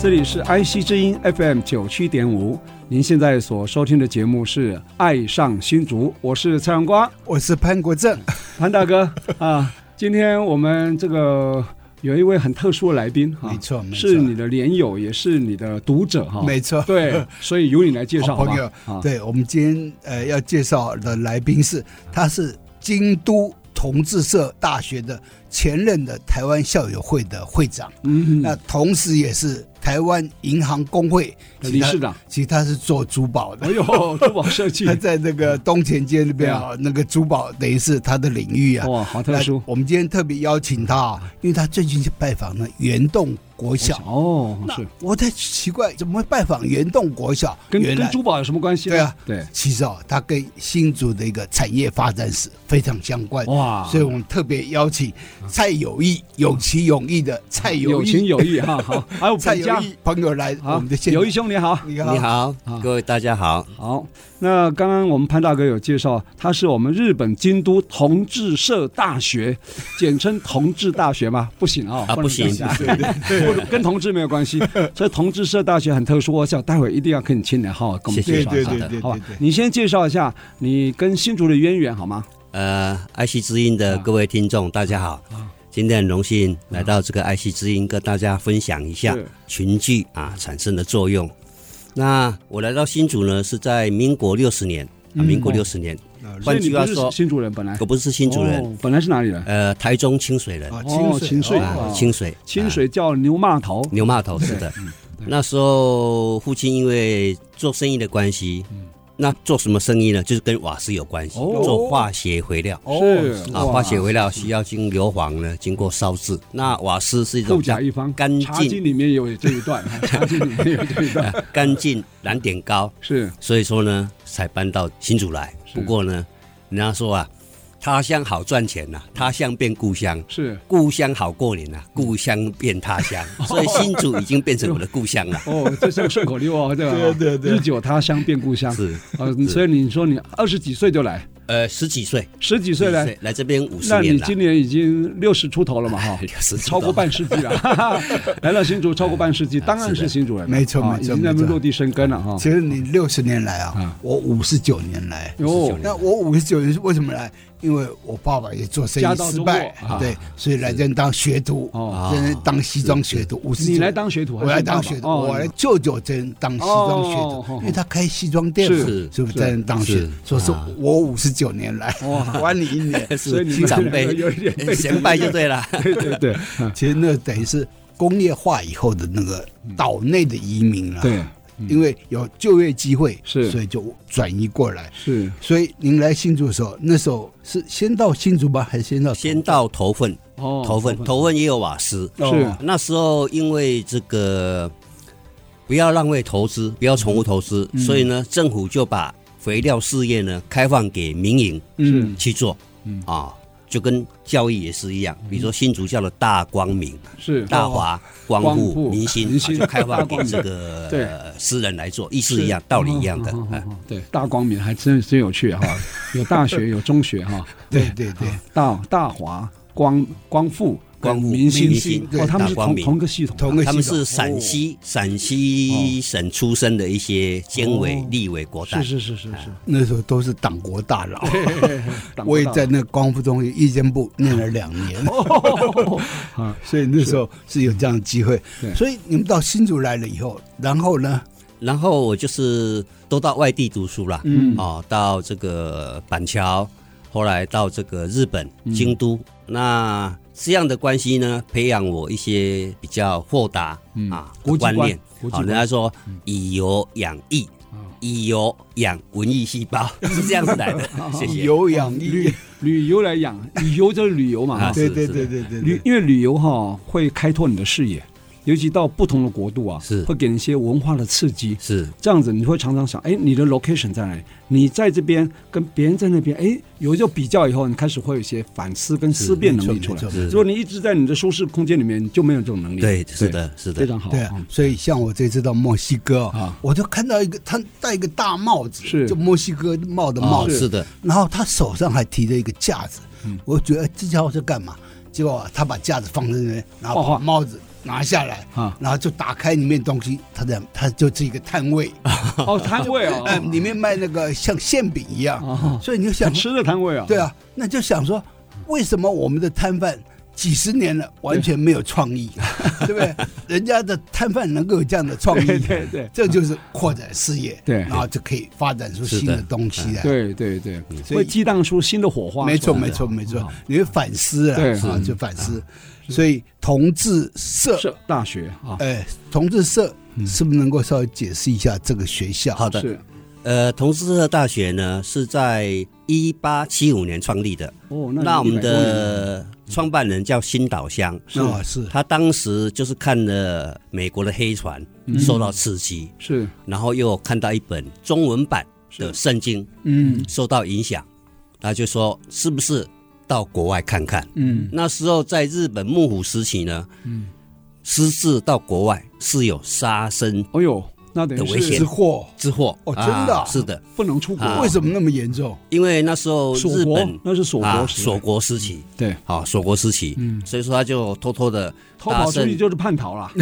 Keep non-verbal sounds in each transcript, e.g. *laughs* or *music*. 这里是 IC 之音 FM 九七点五，您现在所收听的节目是《爱上新竹》，我是蔡阳光，我是潘国正，潘大哥 *laughs* 啊。今天我们这个有一位很特殊的来宾哈，没错没错是你的连友，也是你的读者哈，没错对，所以由你哦来介绍 *laughs* 好朋友好不好啊。啊对我们今天呃要介绍的来宾是，他是京都同志社大学的前任的台湾校友会的会长，嗯，那同时也是台湾银行工会的其他呃理事长其实他是做珠宝的哎。呦，珠宝设计 *laughs* 他，在那个东前街那边啊，那个珠宝等于是他的领域啊。哇，好特殊那。我们今天特别邀请他啊，因为他最近去拜访了原洞国小。哦，那是我在奇怪，怎么会拜访原洞国小？跟原跟来珠宝有什么关系呢？对啊 *laughs* 对，其实哦，它跟新竹的一个产业发展史非常相关。哇，所以我们特别邀请蔡友义有其有义的蔡友有义，情有义哈，好，还有蔡本 *laughs* 友家，啊义朋友来我好们的，现友场义。兄你好。你你好啊，各位大家好。好，那刚刚我们潘大哥有介绍，他是我们日本京都同志社大学， *laughs* 简称同志大学吗？不行啊、啊不能这样不行讲 *laughs* 不跟同志没有关系。所以同志社大学很特殊，我想待会一定要跟你亲来好好跟我们谢谢介对绍对一下。对好的对对好吧对，，你先介绍一下你跟新竹的渊源好吗？呃，爱惜之音的各位听众，大家好。啊今天很荣幸来到这个爱惜之音，跟大家分享一下是群聚啊产生的作用。那我来到新竹呢，是在民国六十年，啊，民国哦六十年。啊所换以你句不话是说，新竹人本来我，不是新竹人，哦本来是哪里人？呃，台中清水人啊，哦清清水水啊哦，清水，清啊水叫牛骂头，嗯牛骂头是的。那时候父亲因为做生意的关系，那做什么生意呢？就是跟瓦斯有关系，嗯哦做化学肥料。是啊，哇化学肥料需要经硫磺呢，经过烧制。那瓦斯是一种富甲一方。干茶经净、里面有这一段，啊茶经里面有这一 *laughs* 段，啊干净燃点高，是所以说呢，才搬到新竹来。是不过呢，人家说啊，他乡好赚钱呐、他乡变故乡，是。故乡好过年呐、故乡变他乡。所以新竹已经变成我的故乡了哦，这像顺口溜哦，对吧？ *laughs* 对对对日久他乡变故乡。是，呃，所以你说你二十几岁就来，呃，十几岁，十几岁来，来这边五十那年你了，今。年已经六十出头了嘛，哈60出头 *laughs* 超过半世纪了，哈哈来到新竹超过半世纪，当然是是的新竹人了，没错啊没已错经在那没边错落地生根了哈。其实你六十年来啊啊，我五十九年来，哟，那我五十九年是为什么来？因为我爸爸也做生家意道失中败落啊，对，所以来这边当学徒，哦在这边当西装学徒。五十，你来当学徒还我是来你爸爸，当学徒，哦我来舅舅这边当西装学哦哦哦徒，因为他开西装店嘛，是所以我在那当学是。所以说啊我五十九年来，晚你一 *laughs* 年。所以你是们长有一 *laughs* 点被辈前辈就对 *laughs* 了。*laughs* 对对对，嗯 *laughs* 其实那等于是工业化以后的那个岛内的移民了，啊对，因为有就业机会，是所以就转移过来。是所以您来新竹的时候，那时候是先到新竹吧，还是先到先到头份，哦，头份，头份也有瓦斯。是那时候因为这个不要浪费投资，不要重复投资，嗯所以呢，政府就把肥料事业呢开放给民营嗯去做。嗯啊，就跟教育也是一样，比如说新竹教的大光明、是哦大华、光光复复、明明星，啊星就开大光放给明这个对呃私人来做，意思是一样，道理一样的。哦哦哦哎哦对，大光明还真真有趣哈，有大学有中学哈，对对对，大大华光光复光复明星明星哦，他们是大光同明同个系统的，同个他们系统是陕哦西陕西省出身的一些监委、立委、国代哦是，是是是是，那时候都是党国大佬，哎 *laughs* *laughs* 党我也大在那光复中学夜间部念了两年， *laughs* 啊所以那时候是有这样的机会对。所以你们到新竹来了以后，然后呢，然后我就是都到外地读书啦，嗯哦，到这个板桥，后来到这个日本京都，那这样的关系呢，培养我一些比较豁达、嗯啊国际观观念。国际好，人观家说以油养艺啊，以油养文艺细 *laughs* 胞，是这样子来的。哦谢谢。有氧力旅，旅游来讲，旅游就是旅游嘛，哈啊对是对是对对对旅对，因为旅游哈、会开拓你的视野，尤其到不同的国度啊，是会给你一些文化的刺激。是这样子你会常常想，哎，你的 location 在哪里？你在这边跟别人在那边，哎，有就比较以后，你开始会有一些反思跟思辨能力出来没错没。是如，果你一直在你的舒适空间里面，你就没有这种能力。对，是，的，是非的，常好。对啊嗯，所以像我这次到墨西哥啊啊，我就看到一个他戴一个大帽子，是就墨西哥帽的嗯帽哦，子，是的，然后他手上还提着一个架子，我觉得哎这家伙在干嘛？结果他把架子放在那边，然画后画把帽子拿下来，哦啊然后就打开里面东西，他在他就是一个摊位， *laughs* 哦，摊位 *laughs* 啊、 *laughs* 哎，里面卖那个像馅饼一样，哦所以你就想，吃的摊位啊，对，啊，那就想说，为什么我们的摊贩几十年了完全没有创 *laughs* 意，对不对？人家的摊贩能够有这样的创意，对对对这就是扩展视野，对然后就可以发展出是的新的东西来，对对对，嗯所以会激荡出新的火花出来。没错，没错，没错好，你会反思啊，对啊，嗯就反思。所以同志社，是大学啊，哎，同志社嗯是不是能够稍微解释一下这个学校？好的。是呃，同志社大学呢是在一八七五年创立的，哦，那那我们100多年嗯的创办人叫新岛香，那是他当时就是看了美国的黑船嗯受到刺激，是然后又看到一本中文版的圣经嗯受到影响，他就说是不是到国外看看？嗯那时候在日本幕府时期呢，嗯，失事到国外是有杀身哦呦，那等的于危是险吃货，之祸哦真的啊啊是的，不能出国，啊为什么那么严重？因为那时候锁日国本那是锁啊国时代锁国时期，对，啊锁国时期，嗯所以说他就偷偷的逃跑出去就是叛啊逃了。 *laughs*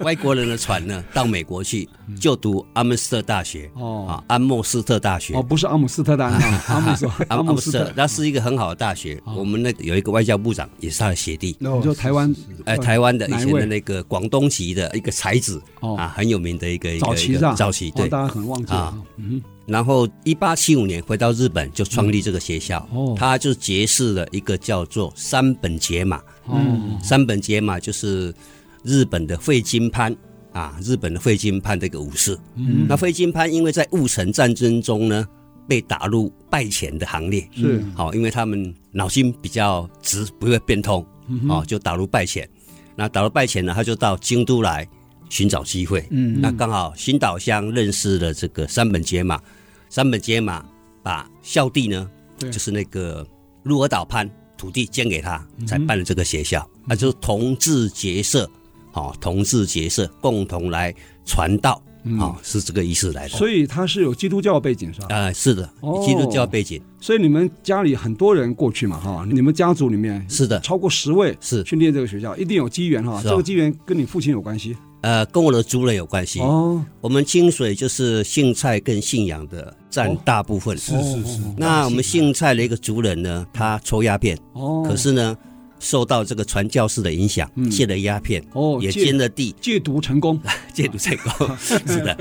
外国人的船呢到美国去就读阿姆斯特大学哦啊安莫斯特大学哦，不是阿姆斯特丹啊，阿姆斯 *laughs* 阿阿姆姆斯斯特特，，嗯那是一个很好的大学，我们那个有一个外交部长也是他的学弟。那你说台湾哎，台湾的以哪一前的位那个广东籍的一个才子哦啊，很有名的一个一早个期一是吧？个早期哦对，大家可能忘记了啊。嗯哼，然后一八七五年回到日本就创立这个学校，嗯哦他就结识了一个叫做山本解马，哦，山本解马就是日本的费金潘啊，日本的费金潘的一个武士。嗯那费金潘因为在戊辰战争中呢，被打入败犬的行列，是好、因为他们脑筋比较直，不会变通，哦，就打入败犬。那打入败犬呢，他就到京都来寻找机会。嗯那刚好新岛乡认识了这个山本解马，山本解马把校地呢，对就是那个鹿儿岛潘土地捐给他，嗯才办了这个学校。那就是同志结社，哦，同志结社共同来传道，哦，是这个意思来的。嗯所以他是有基督教背景是吧？呃，是的哦，基督教背景，所以你们家里很多人过去嘛哈，你们家族里面是的，超过十位是去念这个学校，一定有机缘哈。是啊这个机缘跟你父亲有关系呃，跟我的族人有关系。哦。我们清水就是姓蔡跟信仰的哦占大部分。是哦是是，那我们姓蔡的一个族人呢，他抽鸦片，嗯哦，可是呢，受到这个传教士的影响，嗯戒了鸦片，哦也戒捐了地，戒毒成功， *laughs* 戒毒成 *laughs* 功，是的。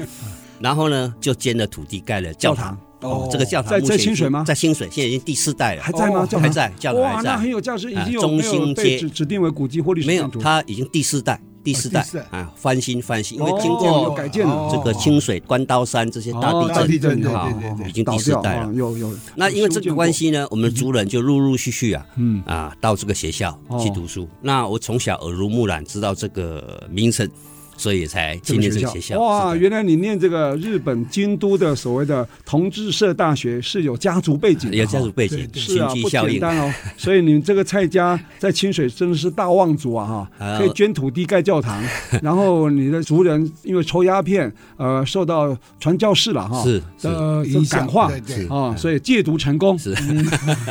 然后呢，就捐了土地，盖了教堂。哦这个教堂在目前在清水吗在清水，现在已经第四代了，还在吗？哦教堂还在，教堂哇，还那很在。有价值，已啊经有中没有兴被街指指定为古迹或历史没有建，筑？它已经第四代，第四代第四代啊，翻新翻新，因为哦经有过改建了这个清水、关刀山这些大哦大地地震，震，对啊对对对已，经倒第四掉代啊了。有有。那因为这修建个过关，系呢，我们的族人就陆陆续续啊，嗯，哦啊，到这个学校去读书。那我从小耳濡目染，知道这个名称，所以也才进念这个学校。哇，是的原来你念这个日本京都的所谓的同志社大学是有家族背景的哈，有家族背对景，对是经啊，济不效简应。单哦。所以你们这个蔡家在清水真的是大望族啊哈， *laughs* 啊可以捐土地盖教堂， *laughs* 然后你的族人因为抽鸦片，呃，受到传教士了哈，是是呃影响感化对对是嗯啊，所以戒毒成功是嗯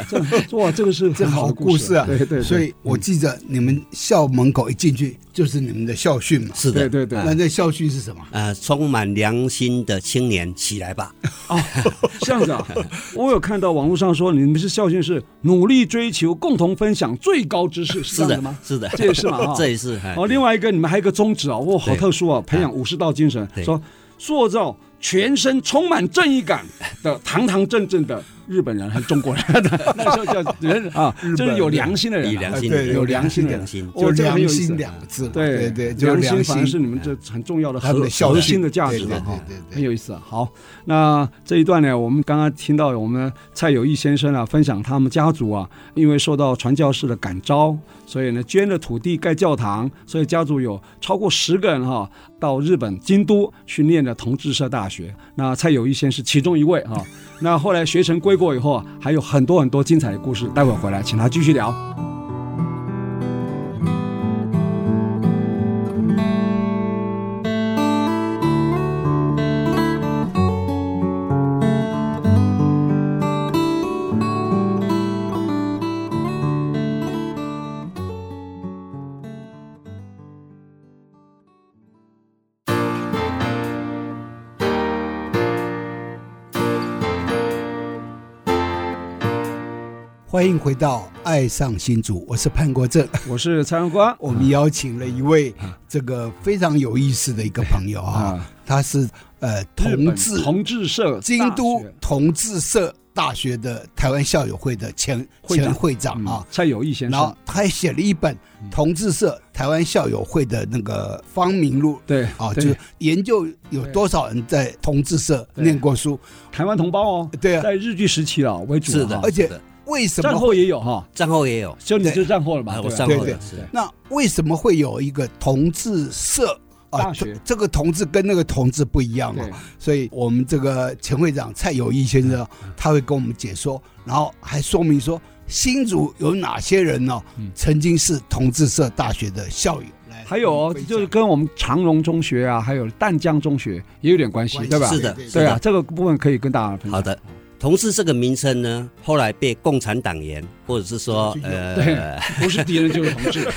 这哇，这个是这很好好的故事啊！对对，对所以我记着你们校门口一进去就是你们的校训嘛。是的，对对对嗯那这校训是什么？呃，充满良心的青年起来 *laughs* 吧！哦，这样子 *laughs* 啊，我有看到网络上说你们是校训是努力追求共同分享最高知识，是这是样的的吗，？是的，这也是嘛哈这也是。哦哎啊哦，另外一个你们还有一个宗旨啊，哇，好特殊啊，培养武士道精神，对说塑造全身充满正义感的堂堂正正的日本人和中国 *laughs* 人，那时候叫人啊日，本就是有良心的人以啊，良哎心对的有有良心的人良心，哦就这个很良有意思心两个字嘛，对对，就良良反而是心你们这很重要的他们核的孝核心心的价值啊了对对哈对对，对很有意思啊。好，那这一段呢，我们刚刚听到我们蔡友义先生啊分享他们家族啊，因为受到传教士的感召，所以呢捐了土地盖教堂，所以家族有超过十个人哈、到日本京都去念的同志社大学。那蔡友义先生是其中一位哈、那后来学成归国以后啊，还有很多很多精彩的故事，待会儿回来请他继续聊。欢迎回到《爱上新竹》，我是潘 *laughs* 国正。我是蔡文光，我们邀请了一位这个非常有意思的一个朋友啊，啊，他是呃日本同志同志社大学京都同志社大学的台湾校友会的前会长前会长啊嗯，蔡友义先然后生，他还写了一本同志社台湾校友会的那个方明录对啊，对就是研究有对多少人在同志社对念过书，台湾同胞哦，对 *laughs* 啊，在日据时期了为主啊，是的，哎而且是的为什战么？后也有哈，战后也有，就你对就战后了嘛，啊对我吧战对后对的是的那为什么会有一个同志社？啊大学这这个同志跟那个同志不一样啊对，所以我们这个前会长蔡友义先生，啊嗯他会跟我们解说，然后还说明说新竹有哪些人呢、嗯曾经是同志社大学的校友。来还有哦嗯分享就是跟我们长荣中学啊，还有淡江中学也有点关系，关系对吧？是的，对对是对啊，的。这个部分可以跟大家分享。好的，同志这个名称呢，后来被共产党员或者是说就有呃 *laughs* 对，不是敌人就是同志，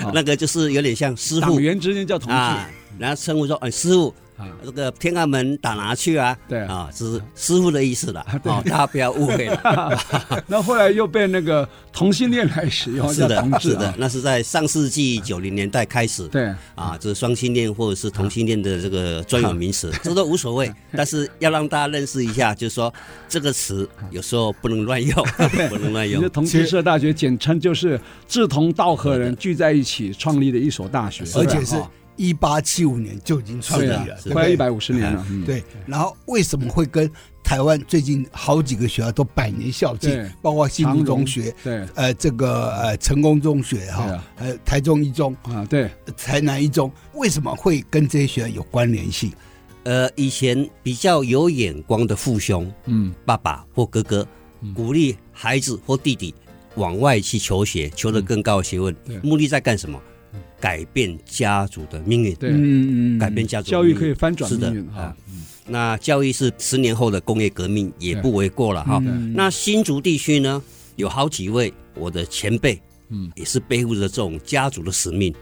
好那个就是有点像师党傅员之间叫同啊志，然后称呼说哎师傅啊，这个天安门打哪去啊？对啊啊，这是师傅的意思了，哦，大家不要误会了。那后来又被那个同性恋来使用是叫的同，是志的啊，，那是在上世纪九零年代开始，对，啊，这是双性恋或者是同性恋的这个专有名词，这都无 *laughs* 所谓。但是要让大家认识一下，就是说这个词有时候不能 *laughs* 乱用，不能乱你的用。同志社大学简称就是志同道合人聚在一起创立的一所大学，而且是是吧哦一八七五年就已经创立对了啊，哦是的，对不快对一百五十年了，嗯，对，然后为什么会跟台湾最近好几个学校都百年校对庆，包括新竹长荣中学、对呃这个呃成功中学对哈啊，呃台中一中、啊，对，呃台南一中，为什么会跟这些学校有关联性？呃，以前比较有眼光的父兄、嗯，爸爸或哥哥，鼓励孩子或弟弟往外去求学，求得更高的学问嗯对，嗯目的在干什么？改变家族的命运，对，嗯改变家族的教育命运可以翻转是的命运啊啊。那教育是十年后的工业革命也不为过了哈。嗯那新竹地区呢，有好几位我的前辈，嗯，也是背负着这种家族的使命，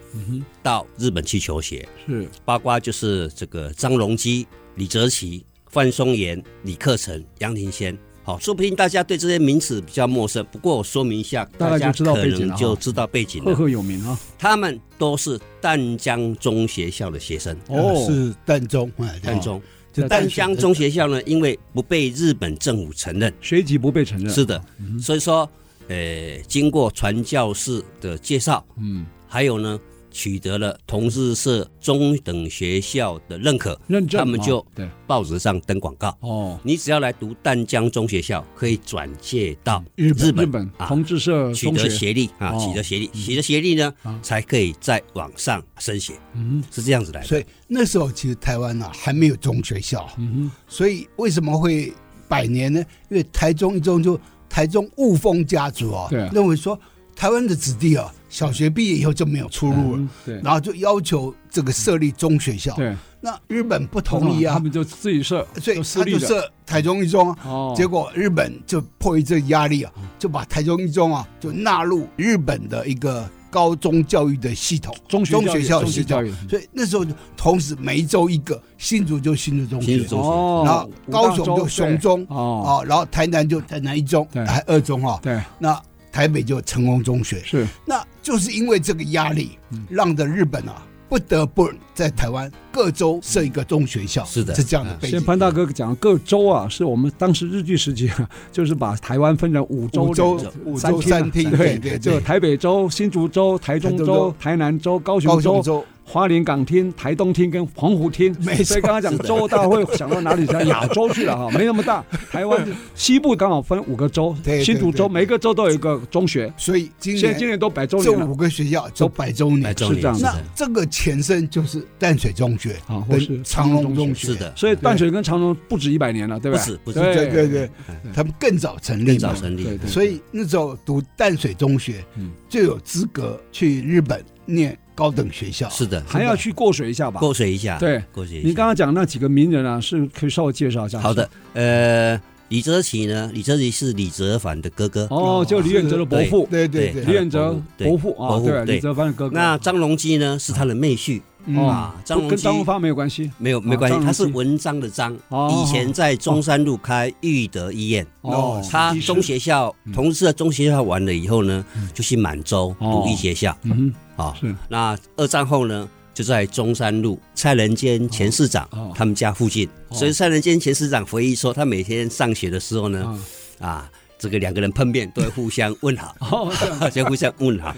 到日本去求学，是包括就是这个张荣基、李泽奇、范松岩、李克诚、杨廷先。好，说不定大家对这些名词比较陌生，不过我说明一下，大概家就知道可背景了能哈就知道背景赫了。赫有名啊。他们都是淡江中学校的学生，哦，哦，是淡中，哎对淡中。就淡淡江中学校呢，因为不被日本政府承认，学籍不被承认，是的，嗯所以说，呃，经过传教士的介绍，嗯，还有呢，取得了同志社中等学校的认可，认证啊，他们就对报纸上登广告，哦，你只要来读淡江中学校，可以转介到日日本本日本啊同志社取中得学，学历啊，哦取得学历，取得学历呢啊，才可以再往上升学，嗯是这样子来的。所以那时候其实台湾呢、还没有中学校，嗯所以为什么会百年呢？因为台中一中就台中雾峰家族啊，对啊认为说台湾的子弟啊，小学毕业以后就没有出哼，路了，嗯对然后就要求这个设立中学校。对，那日本不同意他啊，们就自己设，所以就他私就立的，设台中一中啊。哦，嗯结果日本就迫于这个压力啊，就把台中一中啊就纳入日本的一个高中教育的系统，中学中教育学校中系学统教。育，嗯所以那时候就同时每一周一个，新竹就新竹中学，新竹中学哦，然后高雄就雄中对哦，啊，然后台南就台南一中，对还二中啊，对，那台北就成功中学，是嗯那就是因为这个压力，让的日本啊不得不在台湾各州设一个中学校，是的是这样的背先景。潘大哥讲各州啊，是我们当时日据时期啊，就是把台湾分成五州五州两五三州三厅厅，啊对对，对就对，台北州、新竹州、台中台中州州、台南州、高雄高州雄、州花莲港厅、台东厅跟澎湖厅。没所以错，刚刚讲州，大家会想到哪里？想亚洲去了哈，没那么大。台湾西部刚好分五个州 *laughs* 对，对新竹州对对每个州都有一个中学。所以今现在今年年都百周这年了五个学校都百周来年。中是这样子年那这个前身就是淡水中学啊，或是跟长隆中学，是的，所以淡水跟长隆不止一百年了，对吧？不止不止对对对对，他们更早成立嗯更嘛早，嗯成对立对，所以那时候读淡水中学嗯就有资格去日本念高等学校。是的，还要去过水一下吧。过水一下，对，过水一下。你刚刚讲那几个名人啊，是可以稍微介绍一下。好的，呃，李泽奇呢？李泽奇是李泽藩的哥哥。哦，就李远哲的伯父，对对对对李远哲对伯父啊，伯父对，对李泽藩的哥哥。那张隆基呢？是他的妹婿嗯哦，啊。张不隆跟基张荣发没有关系没有啊没关系张，隆他是基文章的章哦，以前在中山路开育德医院。哦。嗯他医师中，学校，同志的中学校完了以后呢，就去满洲嗯哦读医学校嗯啊哼，。是那二战后呢，就在中山路蔡仁坚前市长哦哦他们家附近。哦所以蔡仁坚前市长回忆说，他每天上学的时候呢，啊，啊，这个两个人碰面都会互相问好， *laughs* 哦，这样先互相问好。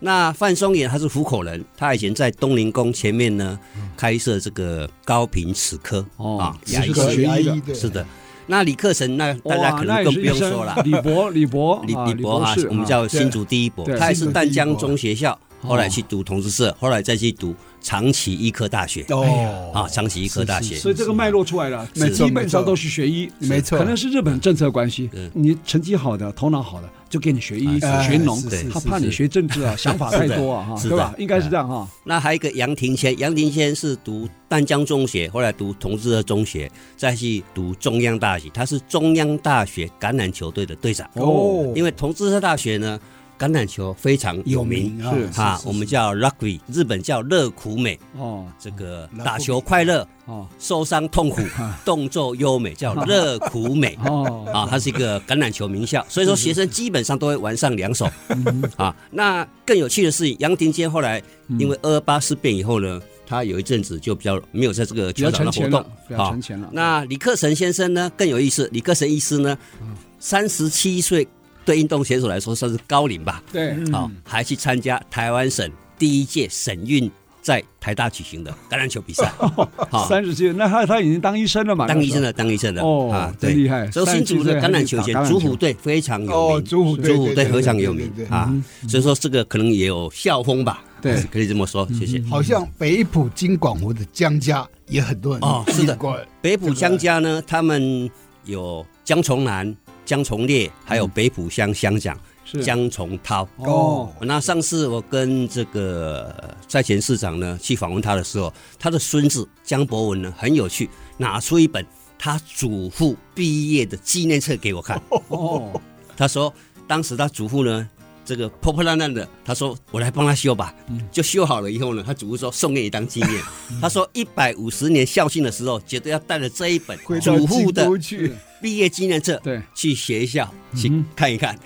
那范松岩他是湖口人，他以前在东林宫前面呢开设这个高频齿科哦啊，齿牙医科系学医的对是的。那李克诚那大家哇可那也能更是不医用生说了，李 *laughs* 博，李博，李啊李李博啊士，，我们啊叫新竹第一博对，他也是新竹淡第一江博中学校，后哦来去读同志社，后来再去读长崎医科大学哦啊，长崎医科大学。所以这个脉络出来了，没错基本上都是学医，没错可能是日本政策关系嗯，你成绩好的，头脑好的，就给你学医、哎学农是，是他是怕你学政治 *laughs* 啊，想法太多啊，哈，是对的哎吧？应该是这样哈。那还有一个杨庭谦，杨庭谦是读淡江中学，后来读同志社中学，再去读中央大学，他是中央大学橄榄球队的队长。哦因为同志社大学呢，橄榄球非常有有名。名啊是，啊，我们叫 rugby，日本叫乐苦美，哦这个乐打苦球美快乐，哦受伤 *laughs* 痛苦，动作优美，叫乐苦美。哦，啊，它是一个橄榄球名校，所以说学生基本上都会玩上两手嗯啊。那更有趣的是，杨庭坚后来嗯因为二二八事变以后呢，他有一阵子就比较没有在这个比球较场存上活钱了动，比较存钱了。那李克诚先生呢更有意思，李克诚医师呢，嗯三十七岁对运动选手来说算是高龄吧，对，嗯啊，还去参加台湾省第一届省运在台大举行的橄榄球比 *laughs* 赛，啊三十岁，那他他已经当医生了嘛？当医生了，的，当医生的啊哦真厉哎害所以新竹的橄榄球37岁还可以选打橄榄球竹虎队非常有哦，名，主虎队虎队对对非常对有对名对对嗯啊，所以说这个可能也有校风吧，对 *laughs* 可以这么说，谢谢。嗯好像北浦金广湖的江家也很多人哦是的听过北浦江家呢，他们有江崇南、江崇烈，嗯还有北浦乡乡长是江崇涛。哦，那上次我跟这个呃在前市长呢去访问他的时候，他的孙子江博文呢很有趣，拿出一本他祖父毕业的纪念册给我看。 *laughs* 哦，他说当时他祖父呢，这个破破烂烂的，他说我来帮他修吧，嗯就修好了以后呢，他祖父说送给你当纪念。他说一百五十年校庆的时候，绝对要带着这一本回到祖父京的都 *laughs* 去，毕业纪念册对，去学校去嗯看一看。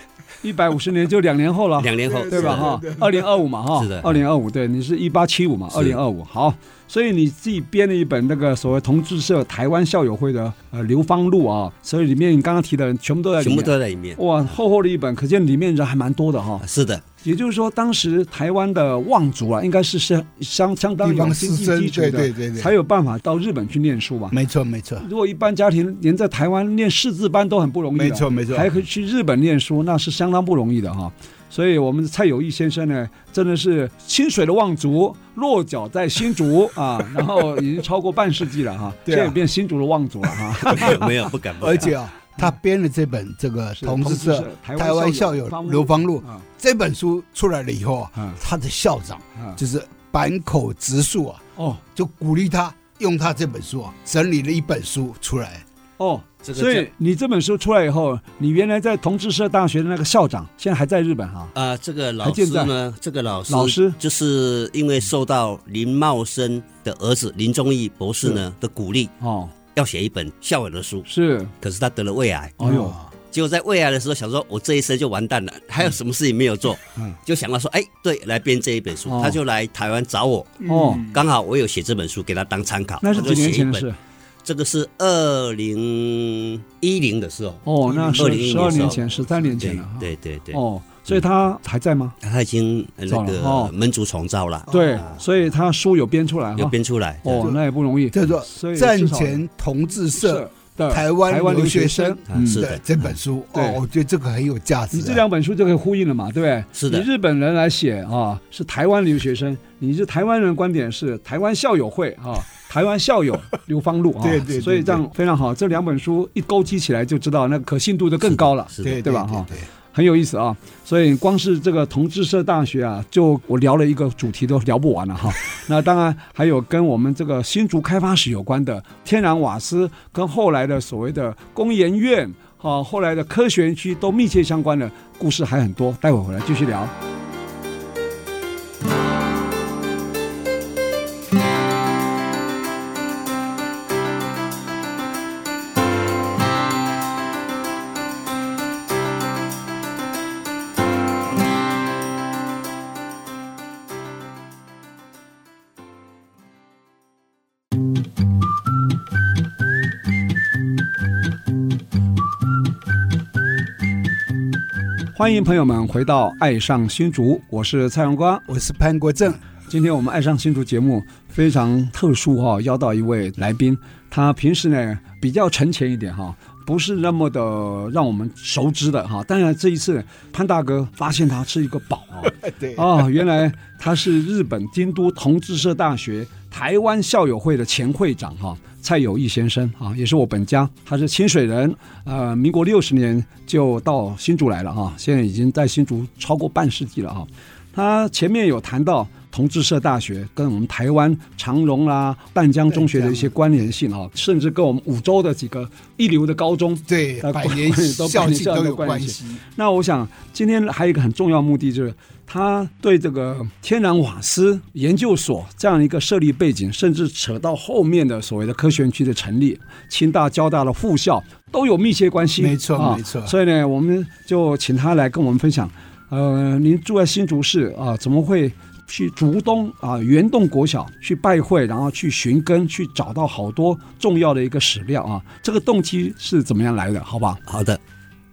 一百五十年就两年后了。两年后，对吧？哈对对，二零二五嘛，哈，是的二零二五，对，你是一八七五嘛，二是零二五，好，所以你自己编了一本那个所谓同志社台湾校友会的呃流芳录啊，所以里面你刚刚提的人全部都在里全面，部都在里面。哇，厚厚的一本，可见里面人还蛮多的哈。*laughs* 是的，也就是说，当时台湾的望族啊，应该是是相相当地有方经济士绅基础对的对对，对才有办法到日本去念书嘛。啊没错没错，如果一般家庭连在台湾念识字班都很不容易的，啊没错没错还可以去日本念书，那是相当不容易的哈。所以我们蔡友义先生呢，真的是清水的望族，落脚在新竹 *laughs* 啊，然后已经超过半世纪了哈，对现啊在也变新竹的望族了 *laughs* 哈。没有没有不敢，不敢而且啊，他编了这本这个是同志同志社社台台湾湾校校友友方流芳录啊这本书出来了以后嗯啊，他的校长啊就是坂口直树啊，哦就鼓励他用他这本书啊，整理了一本书出来。哦，这个所叫以你这本书出来以后，你原来在同志社大学的那个校长，现在还在日本哈、啊、这个还老健师在呢，这个老师老师就是因为受到林茂生的儿子林忠义博士呢的鼓励，哦，要写一本校友的书，是，可是他得了胃癌，哎呦，啊结果在未来的时候想说，我这一生就完蛋了，还有什么事情没有做？嗯就想到说，哎，对，来编这一本书，哦他就来台湾找我，哦，嗯刚好我有写这本书给他当参考，那是我就几年写一前本的事这个是二零一零的时候，哦，那是2010十二年的时候前、十三年前对了啊。对对对，哦，所以他还在吗？他已经呃糟那了个哦门族重造啊了，对，所以他书有编出来又哈。编出来。哦，那也不容易。叫做所以《至战少前同志社是的台湾台湾留留学学生生，啊是的的这本书，对哦，我觉得这个很有价值啊。你这两本书就可以呼应了嘛，对不对？是的你日本人来写啊，是台湾留学生，你是台湾人观点是台湾校友会啊，台湾校友刘芳露啊， *laughs* 对对对所以这样非常好。这两本书一勾稽起来就知道那可信度就更高了，是的对对吧对哈对很有意思啊。所以光是这个同志社大学啊，就我聊了一个主题都聊不完了哈。那当然还有跟我们这个新竹开发史有关的天然瓦斯，跟后来的所谓的工研院。啊，后来的科学园区都密切相关的故事还很多，待会儿回来继续聊。欢迎朋友们回到《爱上新竹》，我是蔡荣光。我是潘国正，今天我们《爱上新竹》节目非常特殊哈、邀到一位来宾，他平时呢比较沉潜一点哈、不是那么的让我们熟知的哈、当然这一次潘大哥发现他是一个宝啊、对，哦，原来他是日本京都同志社大学台湾校友会的前会长哈、蔡友义先生啊，也是我本家，他是清水人，呃，民国六十年就到新竹来了啊，现在已经在新竹超过半世纪了啊。他前面有谈到同志社大学跟我们台湾长荣啦、淡江中学的一些关联性啊，甚至跟我们五州的几个一流的高中对，那百年 *laughs* 都校百年庆校都的有关关系系。那我想今天还有一个很重要目的就是，他对这个天然瓦斯研究所这样一个设立背景，甚至扯到后面的所谓的科学园区的成立，清大、交大的附校都有密切关系。没错啊没错所以呢，我们就请他来跟我们分享。呃，您住在新竹市啊，怎么会去竹东啊原洞国小去拜会，然后去寻根，去找到好多重要的一个史料啊？这个动机是怎么样来的？好吧？好的，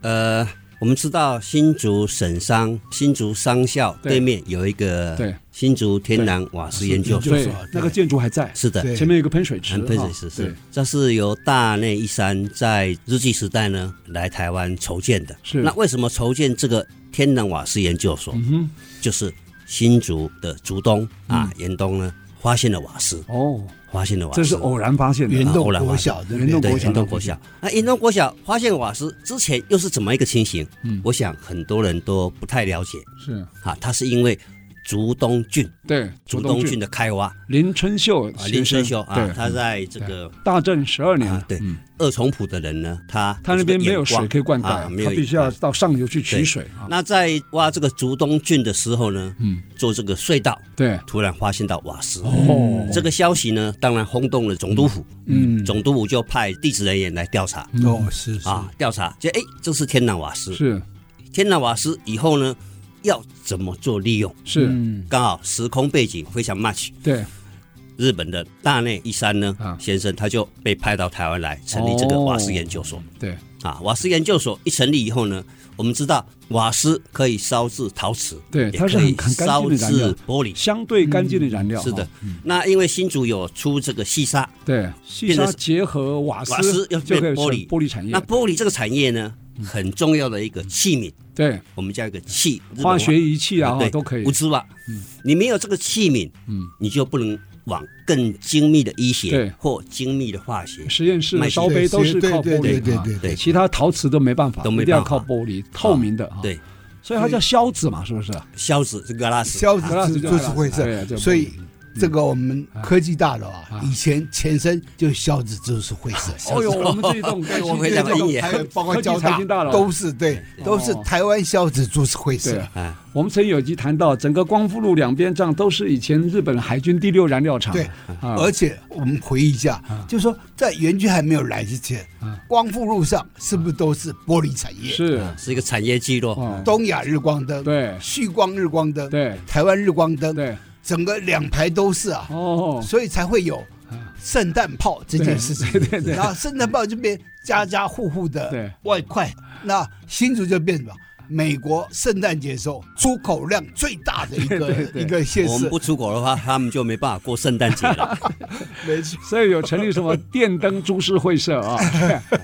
呃，我们知道新竹省商新竹商校对对面有一个对新竹天然瓦斯研究所，啊对对，那个建筑还在。是的，对前面有个喷水池，嗯南喷水啊石是对，这是由大内一山在日据时代呢来台湾筹建的。是那为什么筹建这个天然瓦斯研究所？嗯就是新竹的竹东啊、严东呢发现了瓦斯，哼，哦，发现了瓦嗯斯，这是偶然发现的云啊，洞偶然国发现小的云洞对，国小远东国小。那远东国小发现瓦斯之前又是怎么一个情形？嗯我想很多人都不太了解是啊。它是因为竹东郡，对竹东东郡的开挖啊，林春秀林春先生秀啊，对，他在这个大正十二年啊，对嗯二重浦的人呢，他他那边没有这水个眼光可以灌啊溉，没有他必须要到上游去取对水啊，那在挖这个竹东郡的时候呢，嗯，做这个隧道，对，突然发现到瓦斯。哦，这个消息呢，当然轰动了总督府，嗯总督府就派地质人员来调查哦，是是，啊，调查就哎，这是天然瓦斯，是天然瓦斯以后呢，要怎么做利用？是，嗯，刚好时空背景非常 match。对，日本的大内一山呢、啊哦先生，他就被派到台湾来成立这个瓦斯研究所。对，啊，瓦斯研究所一成立以后呢，我们知道瓦斯可以烧制陶瓷，对也它是可以很很干烧净的制燃料玻璃。嗯相对干净的燃料，是的啊，，那因为新竹有出这个细沙，对，细变沙成结合瓦瓦斯斯要就可以变玻成璃玻璃产业那，玻璃这个产业呢，很重要的一个器皿，对，我们叫一个器，日本话化学仪器啊对都可以无，知吧？你没有这个器皿，嗯你就不能往更精密的医对学或精密的化学实验室卖的烧杯都是对靠对玻对璃，对啊对对其他陶瓷都没办法，都没一定要办法靠玻璃透明的啊，对所以它叫硝子嘛，是不是？硝子这个拉斯啊硝子格拉斯是就株式会对社，这所以哎这个我们科技大楼嗯啊啊，以前前身就是小子就是会社，哦呦，我们这一栋，哎我们这一两个栋一 *laughs* 眼还有包括科技交财经大楼都是对，都是台湾小子株式会社对。啊哎，我们曾经有一集谈到，整个光复路两边站都是以前日本海军第六燃料厂。对啊啊，而且我们回忆一下，就是说在园区还没有来之前啊，光复路上是不是都是玻璃产业？是是一个产业聚落，哦，东亚日光灯，对旭光日光灯，对台湾日光灯，对整个两排都是啊，哦，嗯所以才会有圣诞炮这件事情。对对对对然后圣诞炮就变家家户户对的外快，那新竹就变什么？美国圣诞节时候出口量最大的一个对对对一个县我市们，不出国的话，他们就没办法过圣诞节了。没错，所以有成立什么电灯株式会社 *laughs* 啊？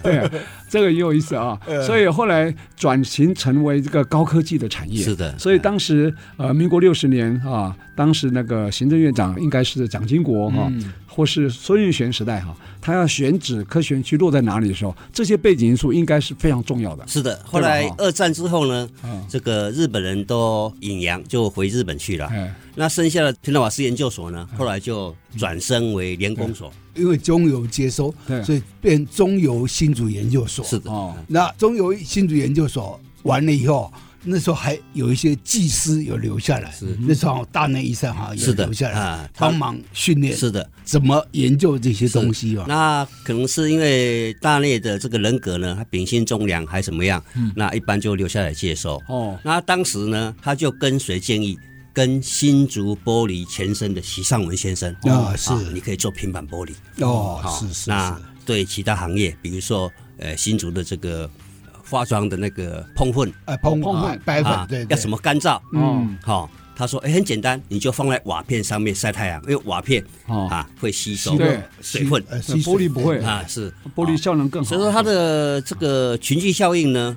对，这个也有意思啊。嗯所以后来转型成为这个高科技的产业。是的所以当时呃，民国六十年啊，当时那个行政院长应该是蒋经国哈、嗯或是孙运璇时代哈、他要选址科学园区落在哪里的时候，这些背景因素应该是非常重要的。是的，后来哈二战之后呢嗯，这个日本人都引洋就回日本去了。哎，那剩下的天道法师研究所呢，后来就转身为联工所。因为中油接收对，所以变中油新竹研究所。是的，哦，那中油新竹研究所完了以后，那时候还有一些技师有留下来，那时候大内医生好像有是的留下来啊他帮忙训练，是的。怎么研究这些东西哦哦吧。那可能是因为大内的这个人格呢，他秉性忠良还怎么样，那一般就留下来接收。嗯哦，那当时呢，他就跟随建议，跟新竹玻璃前身的席尚文先生哦啊是你可以做平板玻璃哦好，是是是，啊那对其他行业，比如说呃新竹的这个呃化妆的那个烹混啊哎，碰碰碰白粉，对，对要什么干燥，哦嗯，好、他说哎很简单，你就放在瓦片上面晒太阳，因为瓦片、哦啊会吸收吸对水分呃那吸水玻璃不会啊是啊玻璃效能更好。嗯所以说它的这个群聚效应呢，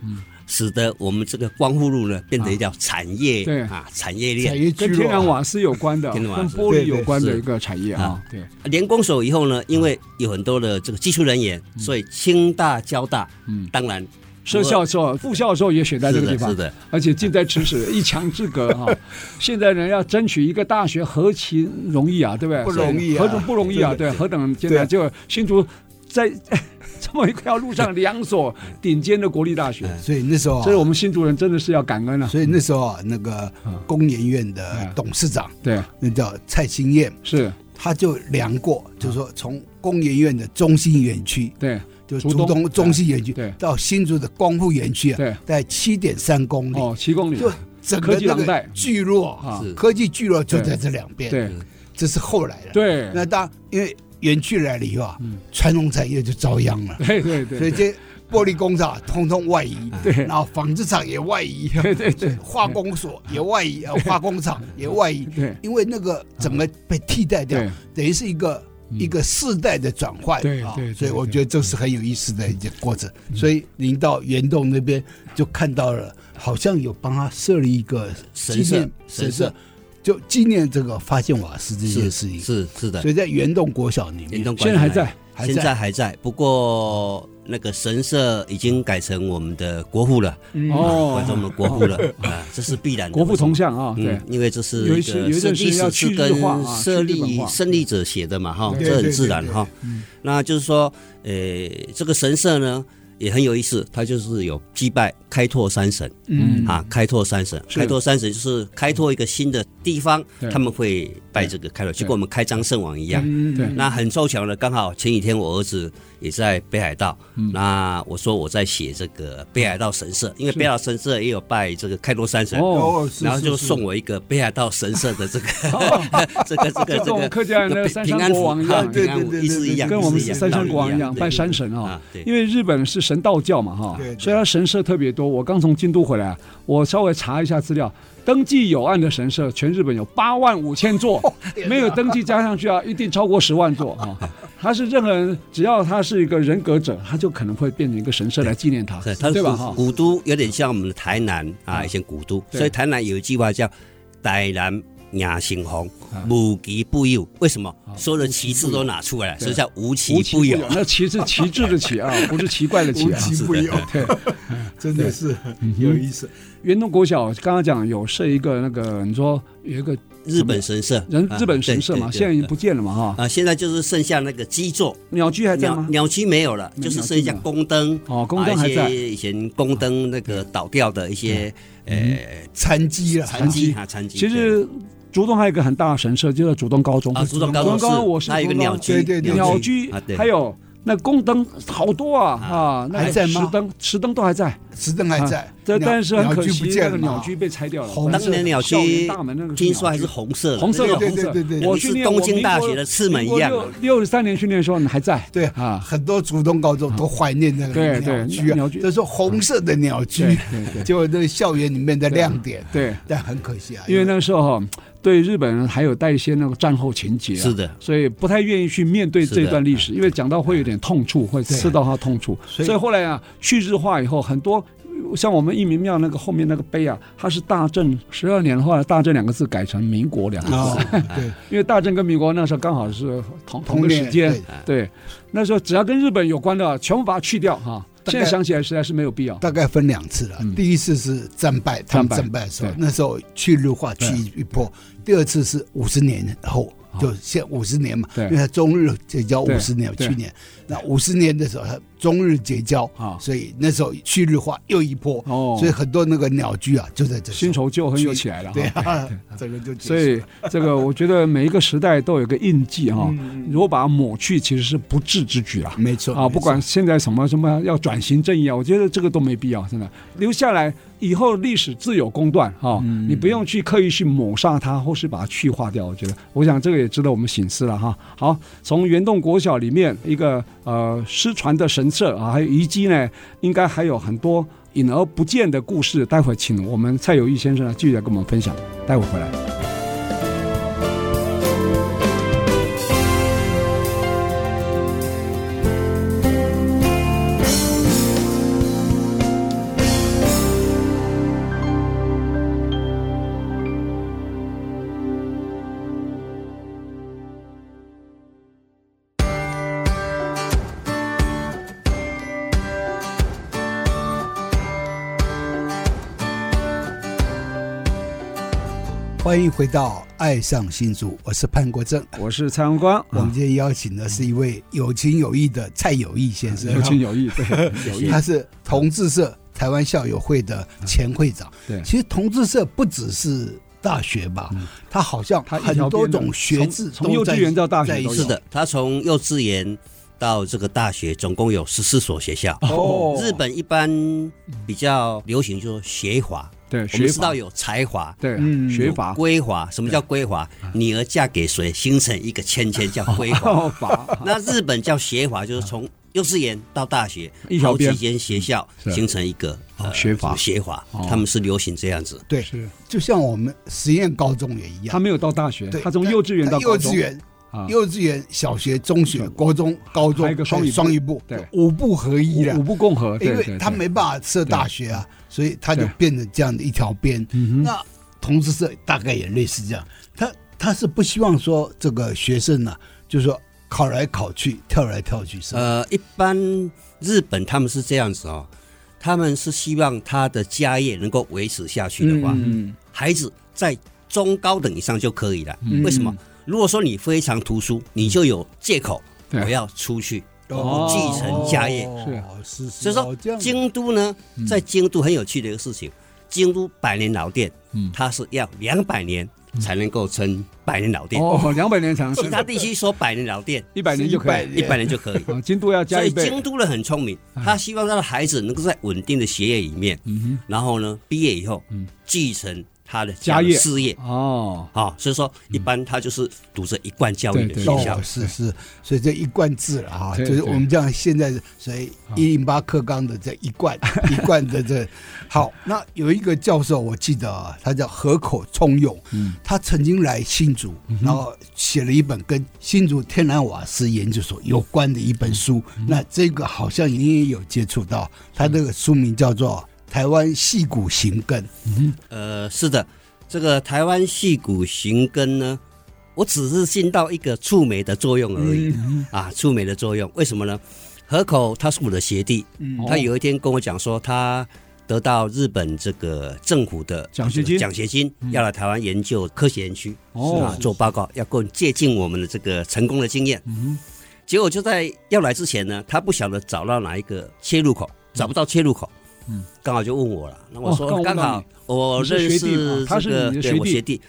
使得我们这个光复路呢变成一条产业啊对啊产业产链。业聚跟天然落啊，瓦斯有关的，天跟然瓦斯玻璃有关对的对一个产业啊，对，连工所以后呢，因为有很多的这个技术人员，所以清大、交大，嗯当然社校授、副校授也选在这个地方，是的是的而且近在咫尺，一墙之 *laughs* 隔哈。现在人要争取一个大学，何其容易啊，对不对？不容易啊何等不容易啊，对对，何等艰对难。就新竹在 *laughs* 这么一条路上，两所顶尖的国立大学，所以那时候啊，所以我们新竹人真的是要感恩了。所以那时候啊，那个工研院的嗯董事长，对，那叫蔡兴燕，是，他就量过，嗯就是说从工研院的中心园区，对，就竹竹东东中心园区对，到新竹的光复园区啊，对大概七点三公里，哦，七公里，就整个科技那廊带个聚落啊啊是，科技聚落就在这两边，对，这是后来的。对，那当因为园区来了以后啊嗯，传统产业就遭殃了，对对嗯所对，以这玻璃工厂通通外移，对然后纺织厂也外移， *laughs* 对对对化工所也外移，呃化工厂也外移， *laughs* 对因为那个整个被替代掉对，等于是一个。一个世代的转换嗯对啊对对，嗯所以我觉得这是很有意思的一件过程。所以您到原洞那边就看到了，好像有帮他设立一个神纪念社神神社社，就纪念这个发现瓦斯这件是事情。是是的所，以在原洞国小里联面，动现在还在，还在现在还在，不过那个神社已经改成我们的国父了，嗯哦改成我们的国 *laughs* 父了啊，这是必然的。国父铜像啊，对嗯，，因为这是有一一些有一个是阵时历要史去是日跟化啊胜去日本利化胜利者写的嘛哈，对这对很自对然对哈。嗯那就是说，呃，这个神社呢也很有意思，它就是有祭拜开拓三神嗯啊，开拓三神，是开拓三神就是开拓一个新的地方对，嗯他们会拜这个开拓，就跟我们开张圣王一样。对，那很凑巧呢，刚好前几天我儿子也在北海道，嗯那我说我在写这个北海道神社，因为北海道神社也有拜这个开拓三神，哦，哦，是然后是就是送我一个北海道神社的这个 *laughs* 这个这个就跟我们这客个家人的这个三平山安国符王一哈样对对平安对符对意思一样，跟我们意思一样三山国王一道样理拜山神啊啊，对因为日本是神道教嘛哈对对，所以它神社特别多。我刚从京都回来，啊我稍微查一下资料，登记有案的神社，全日本有八万五千 *laughs* 座，哦没有登记加上去啊，一定超过十万座啊。他是任何人，只要他是一个人格者，他就可能会变成一个神社来纪念他，对，它对是吧？哈，古都，有点像我们的台南啊，啊以前古都，对所以台南有一句话叫“台南雅行红，啊无奇不有”。为什么？所有的旗帜都拿出来了，所以叫无奇无奇不有。那旗是旗帜的旗啊，不是奇怪的 *laughs* 无奇啊。奇 *laughs* 不有，对，真嗯的是很有意思。圆通国小刚刚讲有设一个那个，你说有一个日本神社，人啊日本神社嘛，对对现在已经对不见了嘛哈。啊，现在就是剩下那个基座，鸟居还在鸟吗？鸟居没有了，嗯就是剩下宫灯哦宫灯还啊在一些以前宫灯那个倒掉的一些嗯呃残疾了，残疾啊残疾。其实竹东还有一个很大的神社，就在竹东高中对啊，竹东高竹东我中是它有一个竹东鸟居，对对对鸟居啊，对，还有那宫灯好多啊啊啊，那还在吗石灯石灯都还在，石凳还在，这鸟但是很可鸟居惜不，那见个了鸟嘛。居被拆掉了。红色当年鸟校园居大门那个听说还是鸟居红色的，红色的，那个对红色对对的。对我你去是念东我京民大国学的刺门一样啊六十三年去念的时候，你还在对 *laughs* 啊？很多竹东高啊中都怀念那对个对鸟居鸟啊居，都说红色的鸟对居，对对结果那个校园里面的亮点，对，但很可惜啊，因为那个时候哈，对日本人还有带一些那个战后情节啊，是的，所以不太愿意去面对这段历史，因为讲到会有点痛处，会刺到他痛处。所所以以后来啊，去日化以后，很多呃像我们义民庙那个后面那个碑啊，它是大正十二年的话，大正两个字改成民国两个字，哦，对，因为大正跟民国那时候刚好是同同童个年时间对。对，那时候只要跟日本有关的啊，全部把它去掉哈。大概现在想起来实在是没有必要。大概分两次了。嗯第一次是战败，他们战败战败的时候对，那时候去日化去对一波；第二次是五十年后啊，就现五十年嘛，对因为它中日结交对五十年，对去年那五十年的时候，它中日结交啊所以那时候去日化又一波，哦所以很多那个鸟居啊就在 *laughs* 这，新仇旧恨又起来了哈。对啊， *laughs* 这个就结束所以这个我觉得每一个时代都有个印记哈、如果把它抹去，其实是不智之举啊。没错啊，不管没错现在什么什么要转型正义啊，我觉得这个都没必要，真的留下来以后历史自有公断哈、嗯你不用去刻意去抹杀它或是把它去化掉。我觉得，我想这个也值得我们醒思了哈。好，从原动国小里面一个呃失传的神社啊，还有遗迹呢，应该还有很多隐而不见的故事。待会儿请我们蔡友义先生呢继续来跟我们分享，待会儿回来。欢迎回到《爱上新竹》，我是潘国正。我是蔡阳光，我们今天邀请的是一位有情有义的蔡友义先生，有情有义，对，有 *laughs* 义他是同志社台湾校友会的前会长。嗯对嗯其实同志社不只是大学吧，他好像他一很条多边的种学制从从幼稚园到大学在都有是的，他从幼稚园到这个大学，总共有十四所学校。哦日本一般比较流行就是学法，对我们学知道法，有才华，哦对嗯学法归华。什么叫归华？女儿嫁给谁，形成一个圈圈叫归 *laughs* 华。道法，那日本叫学法，就是从幼稚园到大学，哦一条好边几间学校是形成一个呃哦学法学法哦，他们是流行这样子。对，是就像我们实验高中也一他样。没有到大学，对，他从幼稚园到幼高中稚园、啊，嗯幼稚园、小学、中学、国中、高中，还有一个双语部双语部，对五部合一了五。部共和，啊对因对，为他对没办法设大学啊，所以他就对变成这样的一条边。嗯哼那同志社大概也类似这样，他他是不希望说这个学生呢、就是说考来考去，跳来跳去，是吧？呃，一般日本他们是这样子哦，他们是希望他的家业能够维持下去的话，嗯孩子在中高等以上就可以了。嗯为什么？如果说你非常突出，你就有借口，对我要出去。哦继承家业是，所以哦这说，样京都呢，嗯在京都很有趣的一个事情，京都百年老店嗯，它是要两百年才能够称百年老店，哦，两百年长，其他地区说百年老店一百年就可以100了，年一百年 *laughs* 就可以。啊，京都要加所一以倍，京都人很聪明，他希望他的孩子能够在稳定的学业里面，嗯然后呢，毕业以后嗯继承他的家业事业哼，。哦，啊、所以说一般他就是读着一贯教育嗯的对学对校哦，，是是，所以这一贯制了啊，对就是对我们这样现在，所以一零八课纲的这一 *laughs* 贯一贯的这好。那有一个教授，我记得啊他叫河口聪勇，嗯他曾经来新竹，然后写了一本跟新竹天然瓦斯研究所有关的一本书。嗯那这个好像你也有接触到，他这个书名叫做《台湾戏骨行根》。呃，是的，这个台湾戏骨行根呢，我只是尽到一个触媒的作用而已、嗯啊，触媒哦的作用。为什么呢？河口他是我的学弟，嗯他有一天跟我讲说，他得到日本这个政府的奖学金嗯奖学金要来台湾研究科学园区，哦啊，做报告，要更借鉴我们的这个成功的经验。嗯结果就在要来之前呢，他不晓得找到哪一个切入口，找不到切入口，嗯，刚好就问我了。那我哦说、刚好问刚到好你我你是认学识弟嘛这他是个你的对学我弟哦学弟，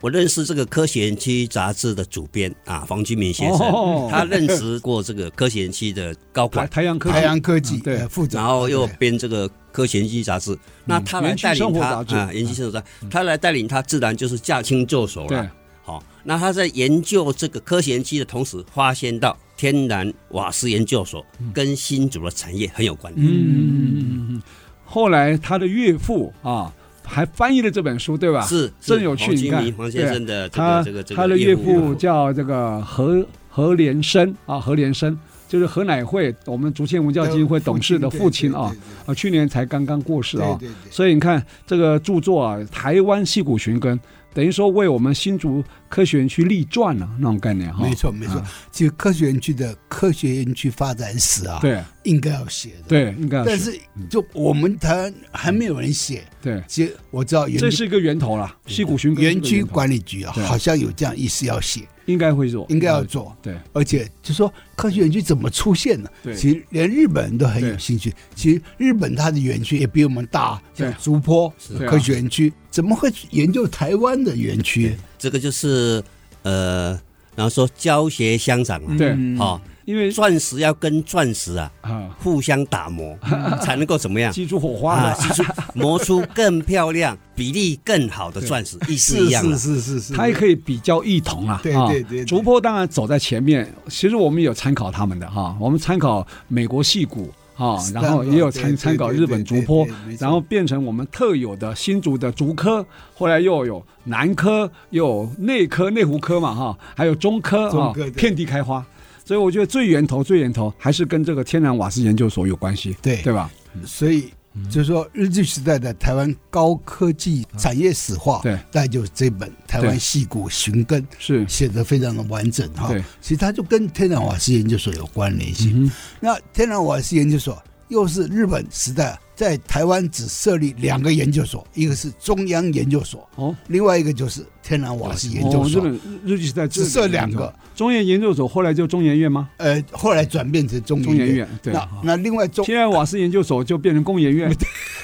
我认识这个科学园区杂志的主编啊，黄居民先生，哦他任职过这个科学园区的高哼，太管，太阳科技太阳科技嗯对呃，副总，然后又对编这个科学园区杂嗯志。那他来园区带嗯生领活他杂志啊，研究生活杂志，他来带领他，自然就是驾轻就熟了对。好、那他在研究这个科学研究的同时，发现到天然瓦斯研究所跟新竹的产业很有关联。嗯，嗯后来他的岳父啊，还翻译了嗯这本书，对吧？是真有趣，黄你金看明，黄先生的这他个这个这个他的岳父岳叫这个何何连生啊，何连生就是何乃慧，我们竹县文教基金会董事的父亲啊，啊，去年才刚刚过世对啊。对对对所以你看这个著作啊，《台湾戏骨寻根》，等于说为我们新竹科学园区立传了、那种概念哈、没错没错啊。其实科学园区的科学园区发展史啊，对应该要写的。对，嗯应该但是是就我们台湾还没有人写。对，其实我知道园嗯这区是一个源头啦，戏骨寻根是一园个区头管理局啊，对嗯好像有这样意思要写，应该会做，应该要做。对而且就说科学园区怎么出现呢？对其实连日本人都很有对兴趣。其实日本它的园区也比我们大，对像竹坡对啊科学园区，怎么会研究台湾的园区？这个就是呃，然后说教学相长啊，对，好、因为钻石要跟钻石啊啊，互相打 *laughs* 磨，才能够怎么样？激出火花啊，了，挤出磨出更漂亮、比例更好的钻石，意思一样是了。是是是，它也可以比较异同啊。嗯对啊对对对竹坡当然走在前面，其实我们有参考他们的哈、我们参考美国戏骨。啊，然后也有参对对参考日本竹坡对对对对没，错然后变成我们特有的新竹的竹科，后来又有南科，又有内科、内湖科嘛哈，还有中科啊中科，对遍地开花。所以我觉得最源头、最源头还是跟这个天然瓦斯研究所有关系，对对吧？所以就是说，日据时代的台湾高科技产业史话，对，那就是这本《台湾戏骨寻根》是，写得非常的完整哈对。其实它就跟天然瓦斯研究所有关联性。嗯哼，那天然瓦斯研究所又是日本时代在台湾只设立两个研究所，一个是中央研究所，哦，另外一个就是天然瓦斯研究哦、日所。本日据时代只设两个，中研研究所后来就中研院吗？呃，后来转变成中中研研院对那那另外中天然瓦斯研究所就变成工研 *laughs* 院，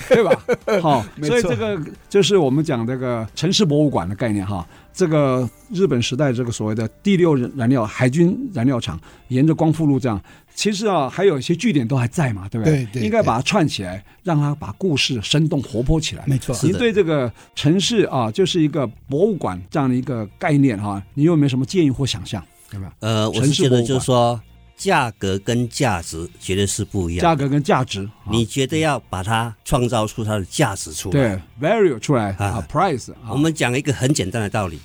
对吧？好，没所以错这个就是我们讲这个城市博物馆的概念哈。这个日本时代这个所谓的第六燃料海军燃料厂，沿着光复路这样，其实啊还有一些据点都还在嘛，对不对？对对应该把它串起来，让它把故事生动活泼起来。没错，是您的对这个城市啊，就是一个博物馆这样的一个概念哈、你有没有什么建议或想象？对吧？呃，我是觉得就是说，价格跟价值绝对是不一样价的。格跟价值，啊你绝对要把它创造出它的价值出来。对 value 出来啊啊，price 啊，我们讲一个很简单的道理：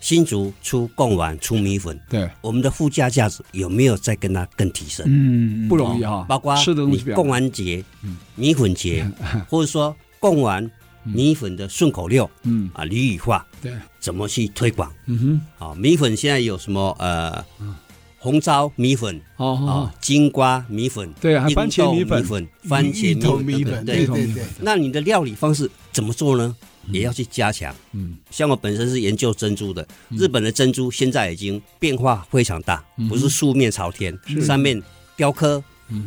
新竹出贡丸、出米粉，对，我们的附加价值有没有再跟它更提升？哦嗯，不容易哈，包括吃的东你啊西比较嗯贡丸节、米 *laughs* 粉节，或者说贡丸、米粉的顺口溜嗯，啊、俚语化，对，怎么去推广？嗯哼，啊，米粉现在有什么呃，红糟米粉哦哦啊，，金瓜米粉，对啊还印度番茄米米粉番茄芋头米米粉粉，等等，对对。对对对，那你的料理方式怎么做呢？也要去加强。嗯，像我本身是研究珍珠的，日本的珍珠现在已经变化非常大，嗯不是素面朝天，上面雕刻，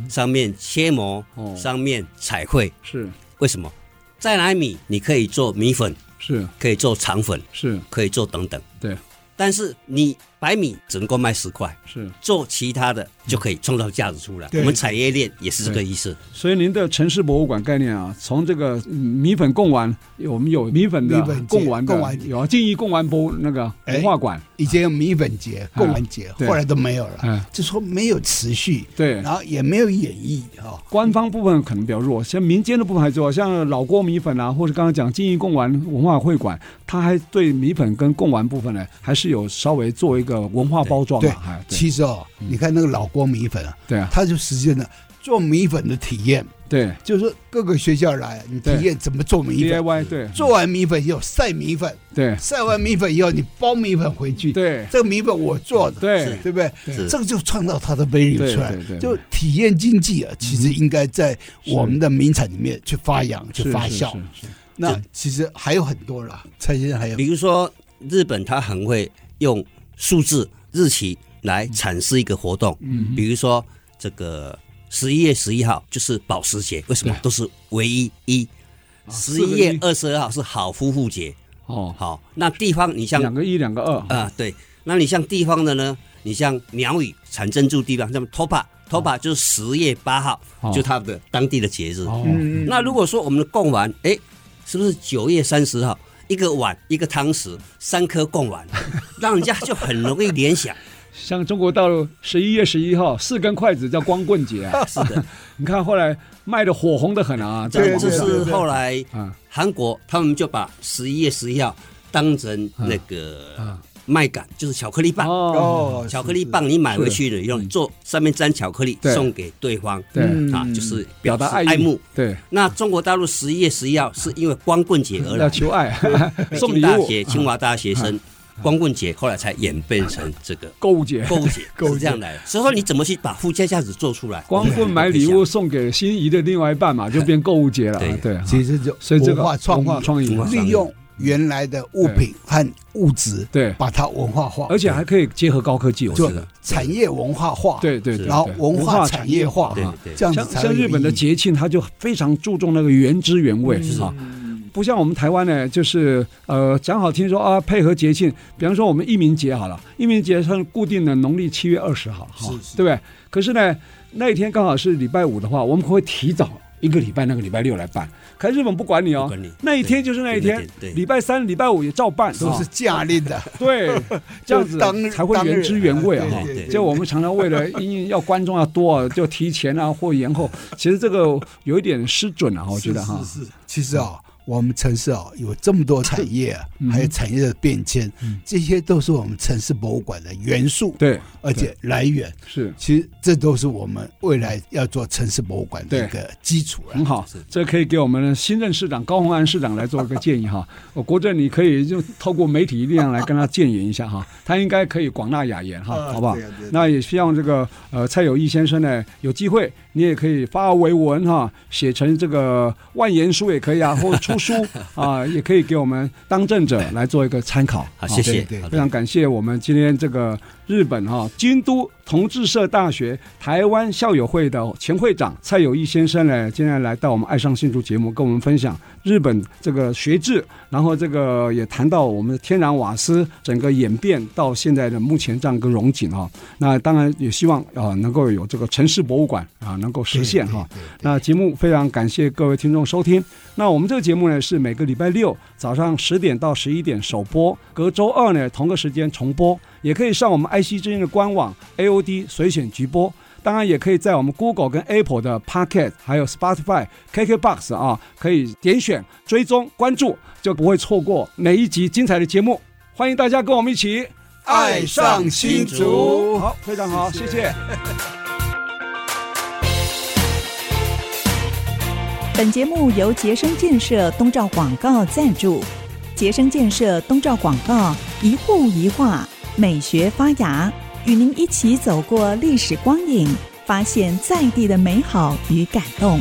上面切磨嗯哦，上面彩绘。是为什么？再来米，你可以做米粉，是可以做肠粉，是，可以做等等。对，但是你白米只能够卖十块，是，做其他的就可以创造价值出来。对我们产业链也是这个意思。所以您的城市博物馆概念啊，从这个嗯米粉贡丸，我们有米粉的米粉节贡丸贡的，丸节有啊静宜贡丸博物那个哎文化馆，以前有米粉节、贡丸节，啊对后来都没有了，嗯，就说没有持续，对然，后也没有演绎哦哈。官方部分可能比较弱，像民间的部分还做，像老郭米粉啊，或者刚刚讲金益贡丸文化会馆，它还对米粉跟贡丸部分呢，还是有稍微做一个文化包装对啊，还对其实哦，你看那个老郭米粉啊，对啊，他就实现了做米粉的体验，对就是说各个学校来，你体验怎么做米粉。 ，DIY，对做完米粉以后晒米粉，对晒完米粉以后你包米粉回去。，对这个米粉我做的，对对不对？是这个就创造它的魅力对出来对对。就体验经济啊，其实应该在我们的名产里面去发扬、去是发是酵。是是那其实还有很多了，蔡先生还有比如说日本，它很会用数字日期来阐释一个活动，嗯比如说这个十一月十一号就是保时节，为什么都是唯一一？十一月二十二号是好夫妇节，哦，好，那地方你像两个一，两个二，啊、对，那你像地方的呢？你像苗语产珍珠地方，像 Topa，Topa 就是十月八号，哦就他们的当地的节日。哦，那如果说我们的贡丸，哎，是不是九月三十号一个碗一个汤匙三颗 *laughs* 贡丸，让人家就很容易联想。像中国大陆十一月十一号四根筷子叫光棍节 *laughs* 啊，是的，你看后来卖的火红的很啊，在这网这上是后来啊，韩国他们就把十一月十一号当成那个麦秆，就是巧克力棒。嗯哦，巧克力棒你买回去了，用做上面沾巧克力对送给对方，对啊，就是表表达达爱爱意慕。对，那中国大陆十一月十一号是因为光棍节而要来，求爱，*laughs* 北送京礼大物，啊学清华大学生光棍节后来才演变成这个购物节，购物节，是这样来的。所以说你怎么去把附加价值做出来？ *laughs* 光棍买礼物送给心仪的另外一半嘛，就变购物节了对，对啊，其实就所以这个文化创文化意，创意文化利用原来的物品和物质，对把它文化化，而且还可以结合高科技，我觉就得，产业文化化，，对对对，然后对文化产业化，对啊对这样子像才像会有日本的意义节庆，它就非常注重那个原汁原味是啊，不像我们台湾呢，就是呃讲好听说啊，配合节庆，比方说我们义民节好了，义民节上固定的农历七月二十号，哈，对不对？可是呢，那一天刚好是礼拜五的话，我们会提早一个礼拜，那个礼拜六来办。可日本不管你哦不管你，那一天就是那一天对对对，礼拜三、礼拜五也照办，都啊是假令 *laughs* 的， *laughs* 对，这样子就当才会原汁原味啊！当日哈对对对就我们常常为 *laughs* 了因应要观众要多啊，就提前啊或延后，其实这个有一点失准啊，我觉得哈。是是是。其实啊，我们城市啊有这么多产业啊，嗯还有产业的变迁，这些都是我们城市博物馆的元素，，对，而且来源。是其实这都是我们未来要做城市博物馆的对一个基础了很。好，这可以给我们的新任市长高鸿安市长来做一个建议哈。 *laughs* 我国政你可以就透过媒体力量来跟他建言一下 *laughs* 哈，他应该可以广纳雅言哈，啊好不好对啊对啊？那也希望这个呃蔡友义先生呢，有机会你也可以发为文哈，写成这个万言书也可以啊，或者出 *laughs* 书啊，也可以给我们当政者来做一个参考。好，谢谢对对，好非的常感谢我们今天这个日本哈、京都同志社大学台湾校友会的前会长蔡友义先生呢，今天来到我们《爱上新竹》节目，跟我们分享日本这个学制，然后这个也谈到我们的天然瓦斯整个演变到现在的目前这样一个荣景哈、那当然也希望啊、能够有这个城市博物馆啊能够实现哈、那节目非常感谢各位听众收听。那我们这个节目呢是每个礼拜六早上十点到十一点首播，隔周二呢同个时间重播，也可以上我们爱惜之音的官网 AOD 随选直播。当然，也可以在我们 Google 跟 Apple 的 Pocket，还有 Spotify、KKBox 啊，可以点选追踪关注，就不会错过每一集精彩的节目。欢迎大家跟我们一起爱上新竹好，非常好，谢谢本节目由杰生建设东照广告赞助。杰生建设东照广告，一户一画，美学发芽，与您一起走过历史光影，发现在地的美好与感动。